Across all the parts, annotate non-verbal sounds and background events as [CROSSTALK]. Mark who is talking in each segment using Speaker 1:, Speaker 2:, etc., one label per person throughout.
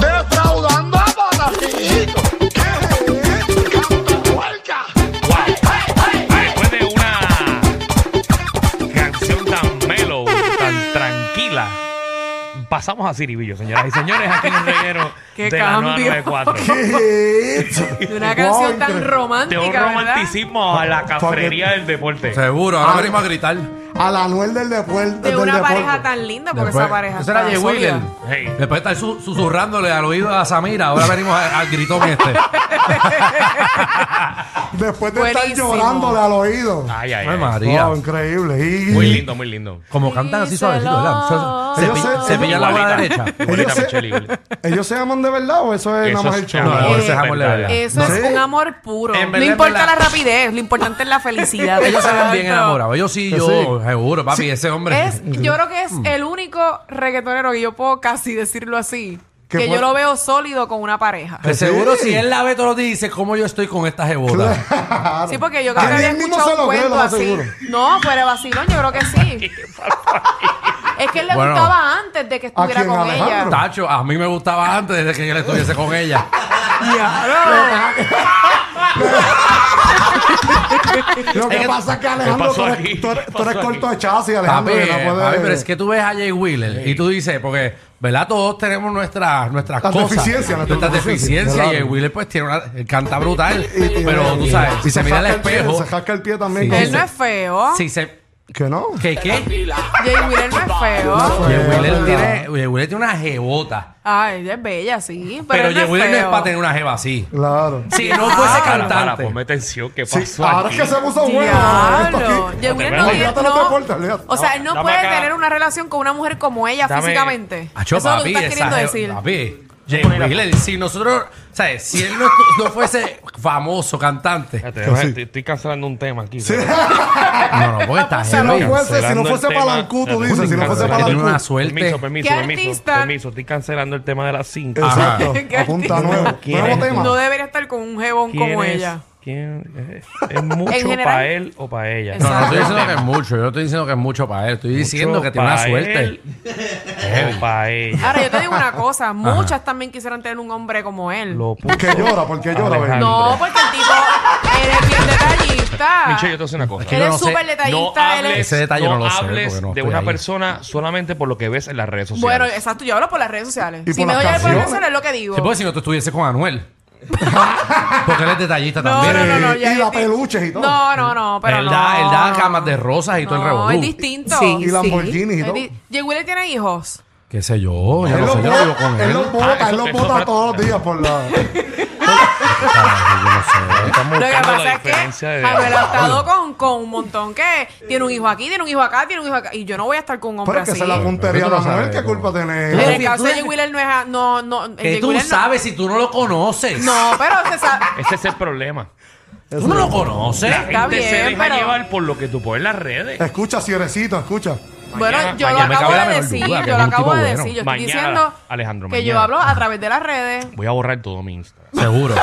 Speaker 1: Defraudando a Patacillito. Canta, huelga,
Speaker 2: Después de una canción tan mellow, tan tranquila, pasamos a Ciribillo, señoras y señores, aquí en el reguero
Speaker 3: [LAUGHS] Qué
Speaker 2: de la
Speaker 3: cambio. [LAUGHS]
Speaker 2: 994.
Speaker 3: De una canción tan
Speaker 2: De
Speaker 3: romántica.
Speaker 2: un
Speaker 3: ¿verdad?
Speaker 2: romanticismo a la cafrería del deporte.
Speaker 4: Seguro, ahora venimos a gritar.
Speaker 1: A la Ah, Anuel del deporte.
Speaker 3: De una pareja tan linda, porque esa pareja.
Speaker 4: ese era
Speaker 3: tan
Speaker 4: Jay Wheeler.
Speaker 3: sólida.
Speaker 2: Hey.
Speaker 4: Después de estar su- susurrándole al oído a Samira, ahora venimos a- al gritón este.
Speaker 1: Después de estar
Speaker 3: Buenísimo.
Speaker 1: llorándole al oído.
Speaker 2: Ay, ay,
Speaker 4: Ay,
Speaker 2: ay.
Speaker 4: María.
Speaker 1: Wow, increíble. Y-
Speaker 2: Muy lindo, muy lindo.
Speaker 4: Como cantan así suavecito, ¿verdad? Se, se,
Speaker 1: Ellos
Speaker 4: pi-
Speaker 1: se-
Speaker 4: se pillan la bola
Speaker 2: Igualita.
Speaker 4: derecha.
Speaker 2: Igualita,
Speaker 1: Ellos se-
Speaker 2: Michelle, igualita.
Speaker 1: ¿Ellos se aman de verdad o eso es
Speaker 2: Eso
Speaker 1: nada más
Speaker 2: es
Speaker 1: el show?
Speaker 2: amor,
Speaker 1: [LAUGHS]
Speaker 4: No,
Speaker 2: eso es
Speaker 4: amor de
Speaker 2: verdad.
Speaker 4: verdad.
Speaker 3: Eso
Speaker 1: Sí.
Speaker 3: es un amor puro.
Speaker 4: En
Speaker 3: No
Speaker 4: verdad,
Speaker 3: importa
Speaker 4: en
Speaker 3: la
Speaker 4: verdad.
Speaker 3: rapidez, lo importante es la felicidad.
Speaker 4: [LAUGHS] Ellos se ven bien
Speaker 3: Exacto.
Speaker 4: enamorados. Ellos sí, yo, seguro, papi, ese hombre.
Speaker 3: Es, yo creo que es el único reggaetonero que yo puedo casi decirlo así.
Speaker 1: Que
Speaker 3: Que,
Speaker 1: puede-
Speaker 3: yo lo veo sólido con una pareja.
Speaker 4: [LAUGHS] Que seguro si él la ve todos los días y dice cómo yo estoy con esta jebota.
Speaker 3: Sí, porque yo creo que
Speaker 1: Ahí
Speaker 3: había
Speaker 1: mismo
Speaker 3: escuchado
Speaker 1: se lo
Speaker 3: un
Speaker 1: creo,
Speaker 3: cuento
Speaker 1: lo
Speaker 3: así.
Speaker 1: aseguro.
Speaker 3: No, fuera de vacilón, yo creo que sí. es que él le
Speaker 4: Bueno.
Speaker 3: gustaba antes de que estuviera
Speaker 1: quién,
Speaker 3: con
Speaker 1: Alejandro?
Speaker 3: ella.
Speaker 4: Tacho, a mí me gustaba antes desde que yo estuviese con
Speaker 1: [LAUGHS]
Speaker 4: ella.
Speaker 1: Lo que pasa es que Alejandro,
Speaker 2: pasó
Speaker 1: tú
Speaker 2: aquí?
Speaker 1: eres, tú eres-
Speaker 2: ¿Qué
Speaker 1: tú eres
Speaker 2: pasó
Speaker 1: corto
Speaker 2: aquí?
Speaker 1: de chasis,
Speaker 4: Papi,
Speaker 1: Alejandro. que no puede-
Speaker 4: papi, pero es que tú ves a Jay Wheeler y tú dices, porque, ¿verdad? Todos tenemos nuestras, nuestras
Speaker 1: Las
Speaker 4: cosas.
Speaker 1: deficiencias, las
Speaker 4: nuestras
Speaker 1: deficiencias,
Speaker 4: deficiencias.
Speaker 1: claro.
Speaker 4: Y Jay Wheeler, pues, tiene una, él canta brutal.
Speaker 1: Y- y-
Speaker 4: pero tú sabes, si se mira al
Speaker 1: jasca el pie,
Speaker 4: espejo.
Speaker 1: Se jasca el pie también.
Speaker 4: Sí.
Speaker 1: que
Speaker 3: Él no es feo.
Speaker 4: Si se.
Speaker 1: Que no.
Speaker 4: ¿Qué? ¿Qué?
Speaker 3: Jay Wheeler no es feo.
Speaker 4: Jay
Speaker 1: Eh,
Speaker 4: Wheeler
Speaker 1: verdad.
Speaker 4: tiene, Jay Wheeler tiene una jebota.
Speaker 3: Ay, ella es bella, sí. Pero,
Speaker 4: Pero,
Speaker 3: él
Speaker 4: Jay
Speaker 3: no es
Speaker 4: Wheeler no es
Speaker 3: feo.
Speaker 4: para tener una jeva así. Ah,
Speaker 1: Claro.
Speaker 4: Si no fuese
Speaker 2: Para, Ah, para,
Speaker 4: cantante.
Speaker 2: ponme atención, ¿qué pasó
Speaker 1: Sí, ahora es
Speaker 2: aquí?
Speaker 1: que se puso bueno. esto
Speaker 3: Diablo.
Speaker 1: aquí.
Speaker 3: Jay
Speaker 2: Olvídate
Speaker 3: Wheeler no
Speaker 2: lo
Speaker 3: tiene-
Speaker 1: que
Speaker 3: no.
Speaker 1: importa, olvídate.
Speaker 3: O sea, él no
Speaker 2: Dame
Speaker 3: puede
Speaker 2: acá.
Speaker 3: tener una relación con una mujer como ella
Speaker 2: Dame-
Speaker 3: físicamente.
Speaker 4: Acho,
Speaker 3: Eso es lo que
Speaker 4: papi,
Speaker 3: tú estás
Speaker 4: esa
Speaker 3: queriendo
Speaker 4: jeva-
Speaker 3: decir.
Speaker 4: papi, Jay Wheeler, si nosotros, ¿sabes? Si él no, estu- no fuese famoso
Speaker 2: [LAUGHS]
Speaker 4: cantante,
Speaker 2: Espérate,
Speaker 1: Que sí.
Speaker 2: te- Estoy cancelando un tema aquí.
Speaker 1: Sí.
Speaker 4: no, no, porque está
Speaker 1: Si no
Speaker 4: heavy.
Speaker 1: fuese, Pues, si no
Speaker 2: Cancelando
Speaker 1: fuese
Speaker 2: el tema.
Speaker 1: Palancú, tú
Speaker 2: Espérate,
Speaker 1: dices, si no fuese
Speaker 4: Cancelando. Tiene
Speaker 1: Palancú.
Speaker 4: una suerte.
Speaker 2: Permiso, permiso,
Speaker 3: ¿Qué
Speaker 2: permiso,
Speaker 3: artista?
Speaker 2: permiso. Estoy cancelando el tema de las 5.
Speaker 4: Ah,
Speaker 1: Exacto.
Speaker 3: [LAUGHS] Qué
Speaker 1: Apunta
Speaker 3: artista.
Speaker 1: nuevo.
Speaker 2: ¿Quién
Speaker 1: Nuevo
Speaker 2: es?
Speaker 1: tema.
Speaker 3: No debería estar con un jebón como
Speaker 2: es-
Speaker 3: ella.
Speaker 2: ¿Quién Eh, es? ¿Es
Speaker 3: [LAUGHS]
Speaker 2: mucho
Speaker 3: general-
Speaker 2: para él o para ella?
Speaker 4: No, no
Speaker 3: Exacto.
Speaker 4: estoy diciendo que es mucho, yo no estoy diciendo que es mucho para él, estoy diciendo que tiene una suerte.
Speaker 2: O para ella.
Speaker 3: Ahora, yo te digo una cosa. Muchas también quisieran tener un hombre como él.
Speaker 2: Lo puso.
Speaker 1: ¿Por qué llora? ¿Por qué llora,
Speaker 2: Alejandro.
Speaker 1: baby?
Speaker 3: No, porque el tipo... Él es bien detallista.
Speaker 2: Michelle, yo te voy a decir una cosa.
Speaker 4: que
Speaker 3: él
Speaker 4: yo
Speaker 3: es
Speaker 4: no sé.
Speaker 3: súper
Speaker 2: No
Speaker 3: detallista. él
Speaker 2: hables,
Speaker 3: es...
Speaker 4: Ese detalle
Speaker 2: no
Speaker 4: no lo sé,
Speaker 2: hables
Speaker 4: porque no
Speaker 2: de
Speaker 4: estoy
Speaker 2: una
Speaker 4: ahí.
Speaker 2: persona solamente por lo que ves en las redes sociales.
Speaker 3: Bueno, exacto. Yo hablo por las redes sociales.
Speaker 1: Y
Speaker 3: Si
Speaker 1: por
Speaker 3: me
Speaker 1: las
Speaker 3: voy a ver por las redes
Speaker 1: canciones.
Speaker 3: sociales es lo que digo.
Speaker 4: Sí, porque si no tú estuviese con Anuel. [LAUGHS] Porque él es detallista
Speaker 3: No,
Speaker 4: también.
Speaker 3: no, no, no,
Speaker 1: Y-
Speaker 3: ya
Speaker 1: y
Speaker 3: es
Speaker 1: la
Speaker 3: distinto.
Speaker 1: peluches y todo.
Speaker 3: No, no, no, pero
Speaker 4: él,
Speaker 3: no.
Speaker 4: da, él da camas de rosas y todo el
Speaker 3: No, es
Speaker 4: revolú.
Speaker 3: distinto.
Speaker 1: Y Lamborghinis y todo.
Speaker 3: Es di- Jay Wheeler tiene hijos.
Speaker 4: ¿Qué sé yo? Yo
Speaker 1: Él
Speaker 4: no
Speaker 1: los
Speaker 4: sé, yo no vivo
Speaker 1: bota,
Speaker 4: con
Speaker 1: él
Speaker 4: él.
Speaker 1: los
Speaker 2: Ah,
Speaker 1: bota, él
Speaker 2: eso-
Speaker 1: los
Speaker 2: eso
Speaker 1: bota
Speaker 2: fue-
Speaker 1: todos los días por la...
Speaker 4: Ay, yo no sé. Estamos
Speaker 3: Lo que
Speaker 2: buscando Pues la
Speaker 3: pasa es que
Speaker 2: diferencia de-
Speaker 3: Javier ha estado con, con un montón que tiene un hijo aquí, tiene un hijo acá, tiene un hijo acá. Y yo no voy a estar con un hombre
Speaker 1: Pero es que
Speaker 3: así.
Speaker 1: se la puntería de
Speaker 4: Pero tú no
Speaker 1: Manuel,
Speaker 4: sabes
Speaker 1: ¿qué
Speaker 4: cómo.
Speaker 1: culpa tiene?
Speaker 3: En
Speaker 4: Pero
Speaker 3: el
Speaker 4: si
Speaker 3: caso
Speaker 4: tú
Speaker 3: de
Speaker 4: eres-
Speaker 3: Jay Wheeler no es... a- No, no. el
Speaker 4: Que
Speaker 3: Jay
Speaker 4: tú
Speaker 3: Wheeler no-
Speaker 4: sabes si tú no lo conoces.
Speaker 3: No, pero se sabe...
Speaker 2: Ese es el problema.
Speaker 4: Tú no lo conoces.
Speaker 2: La gente se
Speaker 3: bien,
Speaker 2: deja
Speaker 3: pero-
Speaker 2: llevar por lo que tú pones en las redes.
Speaker 1: Escucha, cierecito, escucha.
Speaker 2: Eh,
Speaker 3: Bueno,
Speaker 2: Mañana-
Speaker 3: yo
Speaker 2: mañana me
Speaker 3: lo acabo
Speaker 4: cabe la
Speaker 3: de
Speaker 4: menor
Speaker 3: decir,
Speaker 4: duda que
Speaker 3: yo
Speaker 4: es
Speaker 3: lo
Speaker 4: un
Speaker 3: acabo
Speaker 4: tipo
Speaker 3: de
Speaker 4: bueno.
Speaker 3: decir. Yo estoy
Speaker 2: Mañana,
Speaker 3: diciendo
Speaker 2: Alejandro,
Speaker 3: que yo
Speaker 2: mañana.
Speaker 3: hablo a través de las redes.
Speaker 2: Voy a borrar todo mi Instagram. [LAUGHS]
Speaker 4: Seguro.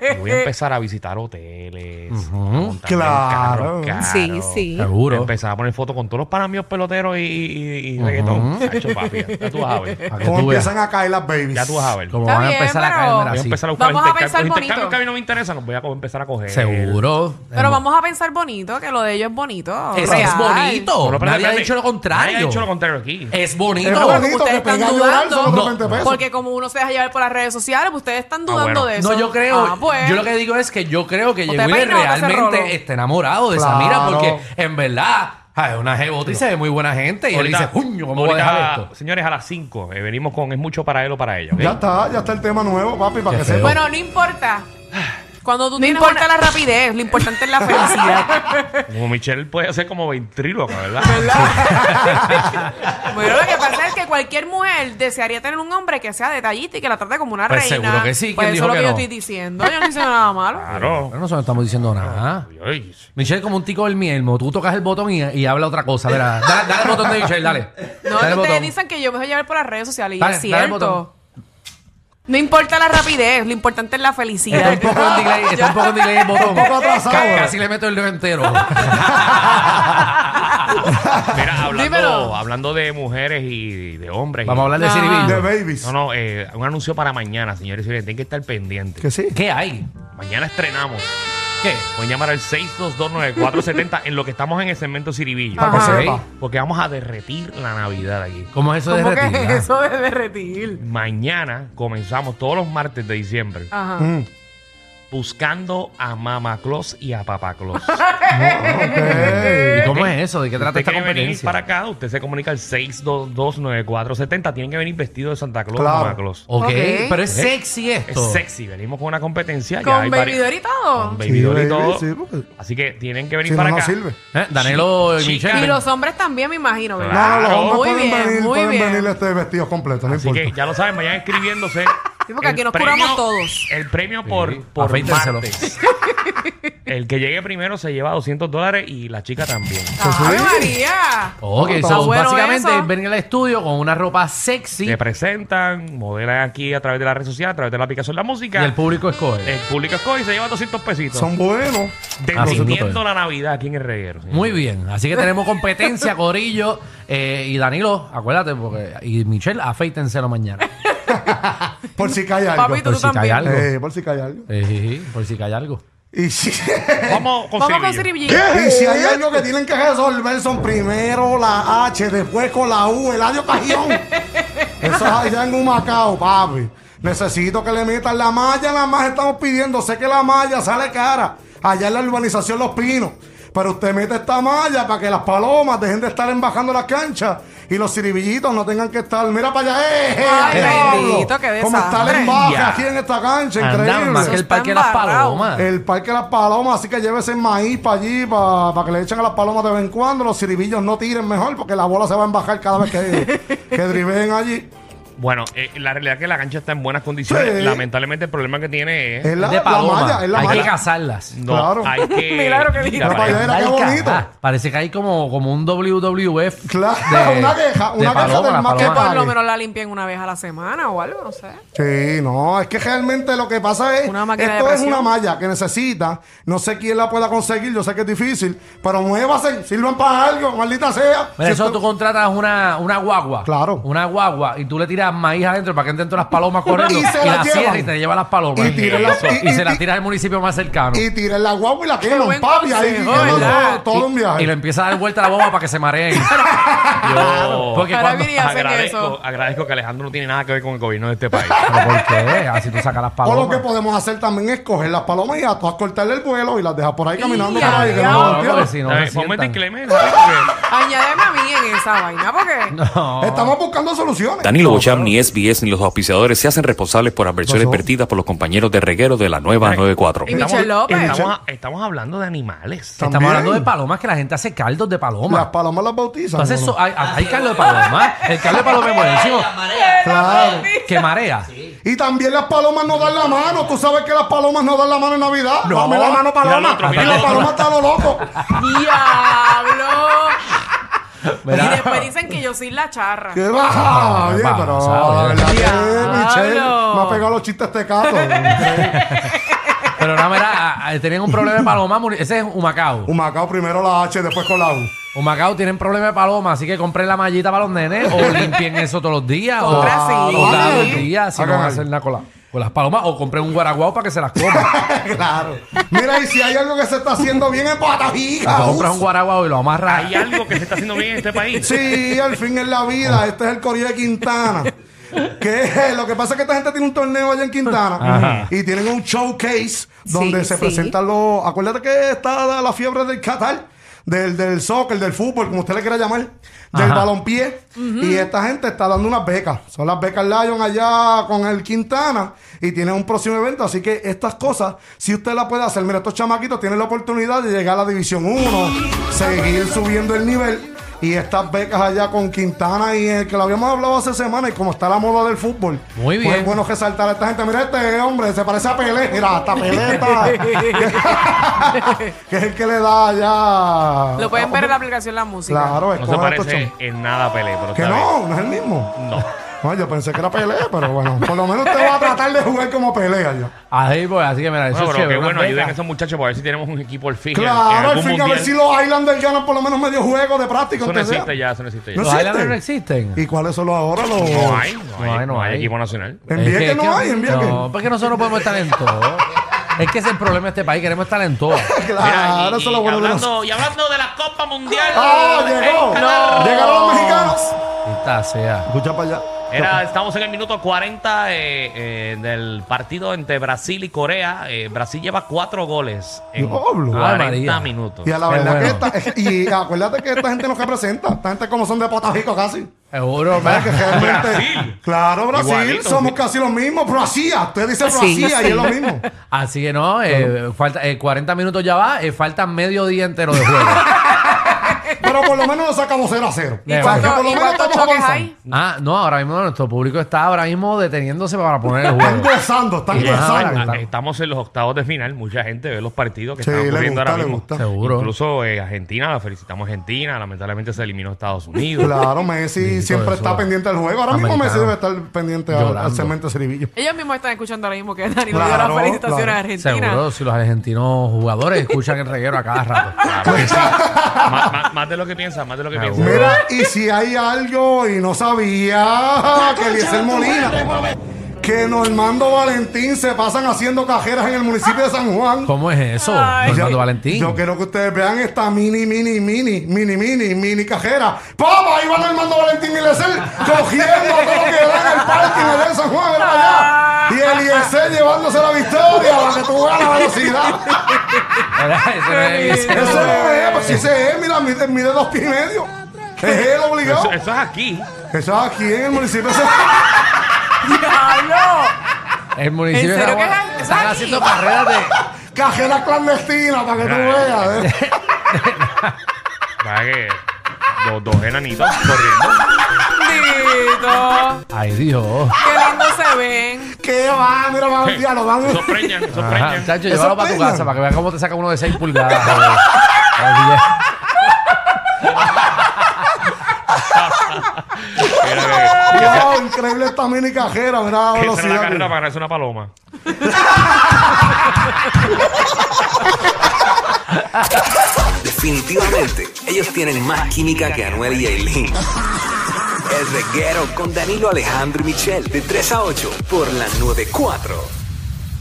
Speaker 2: Y
Speaker 3: [LAUGHS]
Speaker 2: voy a empezar a visitar hoteles. a montarme en
Speaker 1: Claro.
Speaker 2: carros caros.
Speaker 5: Sí, sí.
Speaker 4: Seguro.
Speaker 2: Empezar a poner fotos con todos los panamios peloteros y, y, y reggaetón. Chacho, papi, ya tú vas a ver.
Speaker 4: Para que
Speaker 1: Como
Speaker 4: tú veas.
Speaker 1: empiezan a caer las babies.
Speaker 2: Ya tú vas a ver.
Speaker 4: Como
Speaker 2: Voy
Speaker 3: Está
Speaker 4: van a
Speaker 3: bien,
Speaker 4: empezar a
Speaker 3: pero-
Speaker 4: caer
Speaker 2: a
Speaker 4: así.
Speaker 2: empezar a buscar
Speaker 3: Vamos a
Speaker 2: intercambios.
Speaker 3: pensar
Speaker 2: Los intercambios
Speaker 3: bonito.
Speaker 2: que a mí no me interesan, los voy a co- empezar a coger.
Speaker 4: Seguro.
Speaker 3: Pero vamos a pensar bonito, que lo de ellos es bonito.
Speaker 4: Eso
Speaker 3: real.
Speaker 4: es bonito.
Speaker 2: No, no, pero
Speaker 4: Nadie ha
Speaker 2: espérate, Oye,
Speaker 4: hecho lo contrario. Eh,
Speaker 2: Nadie ha hecho lo contrario aquí.
Speaker 4: Es bonito.
Speaker 1: Es bonito.
Speaker 3: ustedes
Speaker 1: que
Speaker 3: están
Speaker 1: pegar y llorar son
Speaker 3: dudando.
Speaker 1: otros 20 pesos.
Speaker 3: Porque como uno se deja llevar por las redes sociales, pues ustedes están dudando
Speaker 2: bueno.
Speaker 3: de eso.
Speaker 4: Ah, No, yo creo.
Speaker 3: Ah, pues.
Speaker 4: Yo lo que digo es que yo creo que
Speaker 3: O te
Speaker 4: Jay Wheeler
Speaker 3: peinas o te haces rolo.
Speaker 4: realmente está enamorado de Samira
Speaker 1: Claro.
Speaker 4: porque en verdad ah, es una jebota y se ve muy buena gente. Y él
Speaker 2: Ahorita-
Speaker 4: dice, ¡puño! ¿Cómo voy a
Speaker 2: ahorita,
Speaker 4: dejar esto?
Speaker 2: Señores, a las 5 eh, venimos con Es mucho para él o para ella. ¿ok?
Speaker 1: Ya está, ya está el tema nuevo, papi, para
Speaker 4: Qué
Speaker 1: que
Speaker 4: feo.
Speaker 1: sepa.
Speaker 3: Bueno, no importa. Cuando tú
Speaker 5: No
Speaker 3: tienes
Speaker 5: importa
Speaker 3: una- la rapidez, lo importante [LAUGHS] es la felicidad.
Speaker 2: Como Michelle puede ser como ventríloca, ¿verdad?
Speaker 3: Bueno, lo que pasa es que cualquier mujer desearía tener un hombre que sea detallista y que la trate como una
Speaker 4: Pues
Speaker 3: reina.
Speaker 4: seguro que sí,
Speaker 3: Pues
Speaker 4: ¿quién
Speaker 3: eso es
Speaker 4: dijo
Speaker 3: lo
Speaker 4: que
Speaker 3: que yo
Speaker 4: no? Ah.
Speaker 3: estoy diciendo. Yo no hice nada malo.
Speaker 2: Claro.
Speaker 4: Pero nosotros no estamos diciendo nada.
Speaker 2: Ay,
Speaker 4: Michelle, como un tico del mielmo, tú tocas el botón y, y habla otra cosa. Verá, dale, dale el botón de Michelle, dale.
Speaker 3: No,
Speaker 4: dale el
Speaker 3: ustedes
Speaker 4: botón.
Speaker 3: dicen que yo me voy a llevar por las redes sociales y
Speaker 4: Dale,
Speaker 3: es
Speaker 4: dale el botón.
Speaker 3: cierto. No importa la rapidez, lo importante es la
Speaker 4: Está
Speaker 3: felicidad.
Speaker 4: un poco en delay, está
Speaker 3: [LAUGHS]
Speaker 4: un poco en delay el botón.
Speaker 1: Un poco atrasado,
Speaker 4: Ca-
Speaker 1: eh.
Speaker 4: Casi le meto el dedo entero.
Speaker 2: Mira, hablando,
Speaker 3: Dímelo.
Speaker 2: hablando de mujeres y de hombres. y-
Speaker 4: Vamos a hablar de
Speaker 3: No.
Speaker 1: De
Speaker 4: Siribillo.
Speaker 1: babies.
Speaker 2: No, no, eh, un anuncio para mañana, señores y señores. Tienen que estar pendientes.
Speaker 1: Que sí.
Speaker 4: ¿Qué hay?
Speaker 2: Mañana estrenamos.
Speaker 4: ¿Qué?
Speaker 2: Pueden llamar al 6229470 en lo que estamos en el segmento Ciribillo.
Speaker 3: Ajá.
Speaker 4: Ok.
Speaker 1: sepa.
Speaker 2: Porque vamos a derretir la Navidad aquí.
Speaker 4: ¿Cómo es eso de
Speaker 3: ¿Cómo que
Speaker 4: retina?
Speaker 3: es eso de derretir?
Speaker 2: Mañana comenzamos todos los martes de diciembre
Speaker 3: Ajá.
Speaker 4: Mm.
Speaker 2: buscando a Mamá Claus y a Papá Claus.
Speaker 1: [LAUGHS]
Speaker 4: ¿Y cómo es eso? ¿De qué trata
Speaker 2: Usted
Speaker 4: esta
Speaker 2: quiere venir
Speaker 4: competencia?
Speaker 2: para acá, usted se comunica al 6229470. Tienen que venir vestido de Santa Claus,
Speaker 1: Claro.
Speaker 2: Mamá Claus.
Speaker 4: Ok,
Speaker 3: Ok.
Speaker 4: pero es sexy esto.
Speaker 2: Es sexy, venimos con una competencia. ya hay
Speaker 3: Con
Speaker 2: vari-
Speaker 3: bebidor y todo.
Speaker 2: Con baby doll y
Speaker 1: Sí, baby,
Speaker 2: todo.
Speaker 1: sí, porque-
Speaker 2: Así que tienen que venir
Speaker 1: Si no,
Speaker 2: para
Speaker 1: no
Speaker 2: acá.
Speaker 1: sirve.
Speaker 4: ¿Eh? Danilo y
Speaker 2: Chica.
Speaker 4: Michelle.
Speaker 3: Y los hombres también, me imagino, ¿verdad?
Speaker 1: No, no, los
Speaker 2: Claro.
Speaker 1: hombres
Speaker 3: Muy
Speaker 1: pueden
Speaker 3: bien,
Speaker 1: venir,
Speaker 3: muy
Speaker 1: pueden
Speaker 3: bien.
Speaker 1: venir este vestidos completos, no
Speaker 2: Así
Speaker 1: importa.
Speaker 2: que ya lo saben, vayan escribiéndose.
Speaker 3: [LAUGHS] Sí, porque
Speaker 2: El
Speaker 3: aquí nos
Speaker 2: premio-
Speaker 3: curamos todos.
Speaker 2: El premio por,
Speaker 4: Sí,
Speaker 2: por
Speaker 4: afeítenselo.
Speaker 2: martes. El que llegue primero se lleva 200 dólares y la chica también.
Speaker 3: ¡Ave María!
Speaker 4: [LAUGHS] Ok,
Speaker 3: Está
Speaker 4: so,
Speaker 3: bueno
Speaker 4: básicamente
Speaker 3: eso.
Speaker 4: ven al estudio con una ropa sexy
Speaker 2: Se presentan, modelan aquí a través de la red social, a través de la aplicación de la
Speaker 4: y
Speaker 2: música.
Speaker 4: el público escoge.
Speaker 2: El público escoge y se lleva 200 pesitos.
Speaker 1: Son buenos.
Speaker 4: Ah,
Speaker 2: Desmintiendo la Navidad aquí en el reguero. señor.
Speaker 4: Muy bien, así que tenemos
Speaker 2: [LAUGHS]
Speaker 4: competencia, Corillo. eh, y Danilo, acuérdate, porque, y Michelle,
Speaker 2: [LAUGHS]
Speaker 4: afeítenselo mañana.
Speaker 1: Por si
Speaker 3: [LAUGHS]
Speaker 1: cae algo.
Speaker 3: Papito,
Speaker 4: Por
Speaker 3: tú
Speaker 4: si cae
Speaker 3: también.
Speaker 4: algo.
Speaker 1: Eh, por si cae algo.
Speaker 4: Eh, sí, sí, por si cae algo.
Speaker 1: Y [LAUGHS] si,
Speaker 2: Vamos con
Speaker 3: Vamos con
Speaker 2: Ciribillo.
Speaker 3: Siribillo.
Speaker 1: y si hay algo que tienen que resolver son primero la H, después con la U, el adiós
Speaker 3: [LAUGHS]
Speaker 1: cajón. Eso es allá en un Macao, papi. Necesito que le metan la malla, nada más estamos pidiendo. Sé que la malla sale cara. Allá en la urbanización Los Pinos. Pero usted mete esta malla para que las palomas dejen de estar embajando las canchas y los ciribillitos no tengan que estar. Mira para allá, ¡eh! eh,
Speaker 3: Ay,
Speaker 1: diablo!
Speaker 3: bendito, qué
Speaker 1: Como está el
Speaker 3: desastre.
Speaker 1: embaje
Speaker 2: Ya.
Speaker 1: aquí en esta cancha, increíble.
Speaker 4: Anda, más que el
Speaker 3: Está
Speaker 4: parque de las
Speaker 3: embarrado.
Speaker 4: palomas.
Speaker 1: El Parque de las Palomas, así que llévese maíz para allí, para, que le echen a las palomas de vez en cuando. Los ciribillos no tiren mejor porque la bola se va a embajar cada vez
Speaker 3: [LAUGHS]
Speaker 1: que, que driveen allí.
Speaker 2: Bueno, eh, la realidad es que la cancha está en buenas condiciones.
Speaker 1: Sí.
Speaker 2: Lamentablemente el problema que tiene es...
Speaker 1: Es la,
Speaker 4: de
Speaker 1: la
Speaker 4: paloma.
Speaker 1: malla, es la
Speaker 4: hay
Speaker 1: malla.
Speaker 4: que cazarlas.
Speaker 2: No,
Speaker 1: Claro.
Speaker 2: hay que...
Speaker 3: [LAUGHS] Milagro que dijiste.
Speaker 2: Mira para allá.
Speaker 1: Mira, qué
Speaker 4: Ay,
Speaker 1: bonito.
Speaker 4: cará, Parece que hay como, como un WWF.
Speaker 1: Claro, [LAUGHS] una queja, una queja
Speaker 4: paloma,
Speaker 1: del
Speaker 4: la
Speaker 1: más que
Speaker 4: paloma.
Speaker 3: Por
Speaker 1: Vale.
Speaker 3: lo menos la limpien una vez a la semana o algo, no sé.
Speaker 1: Sí, no, es que realmente lo que pasa es
Speaker 3: Una máquina de
Speaker 1: esto es
Speaker 3: presión.
Speaker 1: una malla que necesita, no sé quién la pueda conseguir, yo sé que es difícil, pero muévase, sirvan para algo, maldita sea.
Speaker 4: Pero
Speaker 1: Si
Speaker 4: eso
Speaker 1: esto-
Speaker 4: tú contratas una, una guagua.
Speaker 1: Claro.
Speaker 4: Una guagua y tú le tiras maíz adentro para que entren todas las palomas
Speaker 1: [LAUGHS]
Speaker 4: corriendo.
Speaker 1: Y se la
Speaker 4: la
Speaker 1: llevan.
Speaker 4: cierras y te lleva las palomas.
Speaker 1: Y tiran las-
Speaker 4: Eso.
Speaker 1: y-
Speaker 4: Y se
Speaker 1: y-
Speaker 4: las tiras al municipio más cercano.
Speaker 1: y tiren la guagua y la queman,
Speaker 3: buen
Speaker 1: papi, ahí
Speaker 3: consejo,
Speaker 1: queman
Speaker 3: ¿verdad?
Speaker 1: todo, todo un viaje.
Speaker 4: Y le empieza a dar vuelta a la bomba para que
Speaker 1: [LAUGHS]
Speaker 4: se mareen.
Speaker 2: Yo
Speaker 4: Porque
Speaker 3: Ahora
Speaker 4: cuando...
Speaker 3: viene- Y hacen
Speaker 2: agradezco,
Speaker 3: eso.
Speaker 2: agradezco que Alejandro no tiene nada que ver con el gobierno de este país.
Speaker 4: ¿Pero por qué? Así tú sacas las
Speaker 1: O lo que
Speaker 4: palomas.
Speaker 1: podemos hacer también es coger las palomas y a todas cortarle el vuelo y las dejas por ahí caminando
Speaker 3: Ya,
Speaker 1: por ahí. Que
Speaker 3: ya.
Speaker 1: no
Speaker 4: No, pues
Speaker 1: nos
Speaker 4: porque
Speaker 1: entierren.
Speaker 4: si no
Speaker 2: A
Speaker 4: se
Speaker 2: ver, Momento
Speaker 4: sientan.
Speaker 2: inclemente. porque
Speaker 3: Añádeme a mí en esa vaina, porque
Speaker 4: No.
Speaker 1: Estamos buscando soluciones.
Speaker 6: Danilo Bocham, ni SBS, ni los auspiciadores se hacen responsables por adversiones
Speaker 1: Pasó.
Speaker 6: vertidas por los compañeros de reguero de la nueva 94.
Speaker 3: Y [LAUGHS] Michelle López.
Speaker 2: Estamos, estamos hablando de animales.
Speaker 1: Tam-
Speaker 4: Estamos
Speaker 1: También.
Speaker 4: hablando de palomas que la gente hace caldos de
Speaker 1: Las
Speaker 4: palomas.
Speaker 1: palomas las bautizan.
Speaker 4: Entonces,
Speaker 1: ¿no?
Speaker 4: eso- hay, hay caldo de paloma. El caldo de paloma es buenísimo.
Speaker 1: Claro.
Speaker 4: Que marea.
Speaker 1: Y también las palomas no dan la mano. Tú sabes que las palomas no dan la mano en Navidad.
Speaker 4: No.
Speaker 1: Dame la mano,
Speaker 2: Mira el
Speaker 1: paloma.
Speaker 2: otro, mira
Speaker 1: y
Speaker 2: el
Speaker 1: la
Speaker 2: otro.
Speaker 1: paloma está a lo loco.
Speaker 3: ¡Diablo! Y
Speaker 4: ¿Verdad?
Speaker 3: después dicen que yo soy la charra.
Speaker 1: ¿Qué va? Oye,
Speaker 4: vamos,
Speaker 1: pero.
Speaker 4: ¿sabes?
Speaker 1: ¿verdad que,
Speaker 3: Diablo.
Speaker 1: Michelle? Me ha pegado los chistes este
Speaker 4: [LAUGHS]
Speaker 1: cato.
Speaker 4: Pero no, mira, a- a- tenían un problema de paloma. muni- Ese es Humacao.
Speaker 1: Humacao primero la H, después con la
Speaker 4: [LAUGHS]
Speaker 1: U.
Speaker 4: Humacao tienen problema de paloma, así que compren
Speaker 2: [LAUGHS]
Speaker 4: la mallita para los nenes o limpien eso todos los días. o
Speaker 3: Contra sí.
Speaker 4: o cada dos días, si no
Speaker 1: Hagan
Speaker 4: van a
Speaker 1: algo.
Speaker 4: hacer una cola. Con las palomas o compré un guaraguao para que se
Speaker 2: [LAUGHS]
Speaker 4: las coma.
Speaker 1: claro. Mira, y si hay algo que se está haciendo bien en Patajica.
Speaker 4: compras un guaraguao y lo amarras.
Speaker 2: Hay algo que se está haciendo bien en este país.
Speaker 1: Sí, al fin es la vida. Este es el Corillo de Quintana. Que lo que pasa es que esta gente tiene un torneo allá en Quintana
Speaker 2: Ajá.
Speaker 1: y tienen un showcase donde
Speaker 3: Sí,
Speaker 1: se
Speaker 3: sí.
Speaker 1: presentan los. Acuérdate que está la fiebre del Qatar, del, del soccer, del fútbol, como usted le quiera llamar, del
Speaker 4: Ajá.
Speaker 1: balompié. Y esta gente está dando unas becas. Son las becas Lion allá con el Quintana y tienen un próximo evento. Así que estas cosas, si usted las puede hacer, mira, estos chamaquitos tienen la oportunidad de llegar a la División 1, seguir subiendo el nivel. Y estas becas allá con Quintana y el que lo habíamos hablado hace semanas, y como está la moda del fútbol.
Speaker 4: Muy
Speaker 1: pues
Speaker 4: bien.
Speaker 1: es bueno resaltar a esta gente. Mira, este hombre se parece a Pelé. Mira, hasta Pelé
Speaker 4: [LAUGHS]
Speaker 1: está. [LAUGHS] que es el que le da allá.
Speaker 3: Lo pueden ver en la aplicación La Música.
Speaker 1: Claro, es
Speaker 2: No se
Speaker 1: como estos
Speaker 2: parece
Speaker 1: chom-
Speaker 2: en nada a Pelé, pero
Speaker 1: Que
Speaker 2: está bien.
Speaker 1: no, no es el mismo.
Speaker 2: No.
Speaker 1: No, yo pensé que era Pelé, pero bueno, por lo menos usted va a tratar de jugar como Pelé allá.
Speaker 4: Así, pues, así que mira, eso
Speaker 2: Bueno, pero
Speaker 4: es chévere.
Speaker 2: qué
Speaker 4: unas
Speaker 2: bueno, ayuden a
Speaker 4: becas.
Speaker 2: esos muchachos para ver si tenemos un equipo al fin. en- en
Speaker 1: Claro, al
Speaker 2: algún
Speaker 1: fin, a ver
Speaker 2: mundial.
Speaker 1: si los Islanders ganan por lo menos medio juego de práctica.
Speaker 2: Eso no
Speaker 1: aunque sea.
Speaker 2: existe ya, eso no existe ya.
Speaker 1: No
Speaker 4: Los
Speaker 1: existen.
Speaker 4: Highlanders no existen.
Speaker 1: ¿Y cuáles son los ahora? Los...
Speaker 2: No hay, no hay,
Speaker 4: hay, no
Speaker 2: no hay
Speaker 4: hay.
Speaker 2: equipo nacional.
Speaker 1: En
Speaker 4: Es
Speaker 1: Vieques
Speaker 4: que-
Speaker 1: no hay, en Vieques.
Speaker 4: No, porque nosotros no podemos estar en todo. Es que ese es el problema de este país, queremos estar en todo.
Speaker 2: Mira,
Speaker 1: Claro,
Speaker 2: y-
Speaker 1: eso es
Speaker 2: y
Speaker 1: lo bueno de nosotros.
Speaker 2: hablando, y hablando de la Copa Mundial.
Speaker 1: ¡Ah, llegó!
Speaker 2: en Qatar.
Speaker 1: ¡Llegaron los mexicanos!
Speaker 4: Esta sea.
Speaker 1: Escucha para allá.
Speaker 2: Era- estamos en el minuto 40 eh, eh, del partido entre Brasil y Corea. Eh, Brasil lleva cuatro goles en
Speaker 1: Diablo.
Speaker 2: 40
Speaker 4: María.
Speaker 2: minutos.
Speaker 1: Y a la
Speaker 4: Qué
Speaker 1: verdad
Speaker 4: bueno.
Speaker 1: que esta, y acuérdate que esta gente nos representa, esta gente como son de Potajico casi.
Speaker 4: Seguro,
Speaker 1: ¿Sabes
Speaker 3: [LAUGHS]
Speaker 1: que
Speaker 4: man.
Speaker 1: realmente-
Speaker 2: Brasil.
Speaker 1: Claro, Brasil,
Speaker 2: Igualito.
Speaker 1: somos casi los mismos, Brasil, usted dice
Speaker 3: Así,
Speaker 1: Brasil y es lo mismo.
Speaker 4: Así que no, eh, falta, eh, 40 minutos ya va, eh, faltan medio día entero de juego.
Speaker 1: Pero por lo menos lo sacamos 0 a 0.
Speaker 4: ¿Y
Speaker 3: ¿Cuánto-
Speaker 4: Porque
Speaker 1: por lo
Speaker 3: ¿Y
Speaker 1: menos
Speaker 3: cuántos
Speaker 1: estamos
Speaker 3: choques
Speaker 1: avanzando.
Speaker 3: hay?
Speaker 4: ah, no, ahora mismo nuestro público está ahora mismo deteniéndose para poner
Speaker 1: [LAUGHS]
Speaker 4: el
Speaker 1: Están
Speaker 4: juego.
Speaker 1: gozando,
Speaker 4: [LAUGHS]
Speaker 1: están
Speaker 4: Y ya,
Speaker 1: gozando.
Speaker 4: Claro.
Speaker 2: Ah, Estamos en los octavos de final. Mucha gente ve los partidos que
Speaker 1: Sí,
Speaker 2: están
Speaker 1: le
Speaker 2: ocurriendo
Speaker 1: gusta,
Speaker 2: ahora
Speaker 1: le
Speaker 2: mismo.
Speaker 1: gusta.
Speaker 4: Seguro.
Speaker 2: Incluso eh, Argentina, la felicitamos a Argentina. Lamentablemente se eliminó Estados Unidos.
Speaker 1: Claro, Messi
Speaker 4: Bendito
Speaker 1: siempre
Speaker 4: eso.
Speaker 1: está pendiente del juego. Ahora mismo Messi
Speaker 4: Americano.
Speaker 1: debe estar pendiente al, al
Speaker 4: Llorando.
Speaker 1: cemento Ceribillo.
Speaker 3: Ellos mismos están escuchando ahora mismo que Dani le
Speaker 1: Claro,
Speaker 3: dio las felicitaciones
Speaker 1: claro.
Speaker 3: a Argentina.
Speaker 4: Seguro, si los argentinos jugadores escuchan el reguero a cada rato.
Speaker 2: Claro que sí. más, más- más de lo que piensa, más de lo que piensa.
Speaker 1: Mira, y si hay algo y no [LAUGHS] sabía que Eliezer Molina, que Normando Valentín se pasan haciendo cajeras en el municipio de San Juan.
Speaker 4: ¿Cómo es eso,
Speaker 3: Ay.
Speaker 4: Normando Valentín?
Speaker 1: Yo quiero que ustedes vean esta mini, mini, mini, mini, mini, mini cajera. ¡Papa! Ahí van Armando Valentín y Eliezer cogiendo todo lo que dan en el parking allá en San Juan, era allá. Y Eliezer llevándose la victoria, la que tú ganas velocidad.
Speaker 4: [LAUGHS] Ese no es- ese no es-
Speaker 1: Eso no es, pues si ese es, mira, mide, mide dos pies y medio. Es él obligado.
Speaker 2: Eso, eso es aquí.
Speaker 1: Eso es aquí en el municipio. de San-
Speaker 3: ¡Diablo!
Speaker 4: El municipio
Speaker 3: ¿En
Speaker 4: de
Speaker 3: serio
Speaker 4: San
Speaker 3: que
Speaker 4: Juan-
Speaker 3: es- es
Speaker 4: están
Speaker 3: aquí?
Speaker 4: haciendo carreras de
Speaker 1: Cajera clandestina, para que tú
Speaker 2: Claro.
Speaker 1: veas. ¿eh?
Speaker 2: Para que dos, dos enanitos corriendo.
Speaker 3: ¡Bendito!
Speaker 4: ay Dios
Speaker 3: ¡Qué lindo se ven!
Speaker 1: ¿Qué va? Mira, va, ya lo van.
Speaker 2: Eso preñan, eso
Speaker 4: Ajá,
Speaker 2: preñan.
Speaker 4: chacho,
Speaker 1: Eso
Speaker 4: llévalo para tu
Speaker 1: pegan.
Speaker 4: casa para que veas cómo te saca uno de 6 pulgadas joder. Así
Speaker 3: [LAUGHS]
Speaker 4: es.
Speaker 2: Mira que-
Speaker 1: Wow, Oh, increíble esta mini cajera, mira la
Speaker 2: que esa es la
Speaker 1: velocidad. que-
Speaker 2: carrera para ganarse una paloma.
Speaker 5: Definitivamente, ellos tienen más química que Anuel y Aileen. El reguero con Danilo Alejandro y Michel, de 3 a 8, por la 94.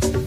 Speaker 5: 4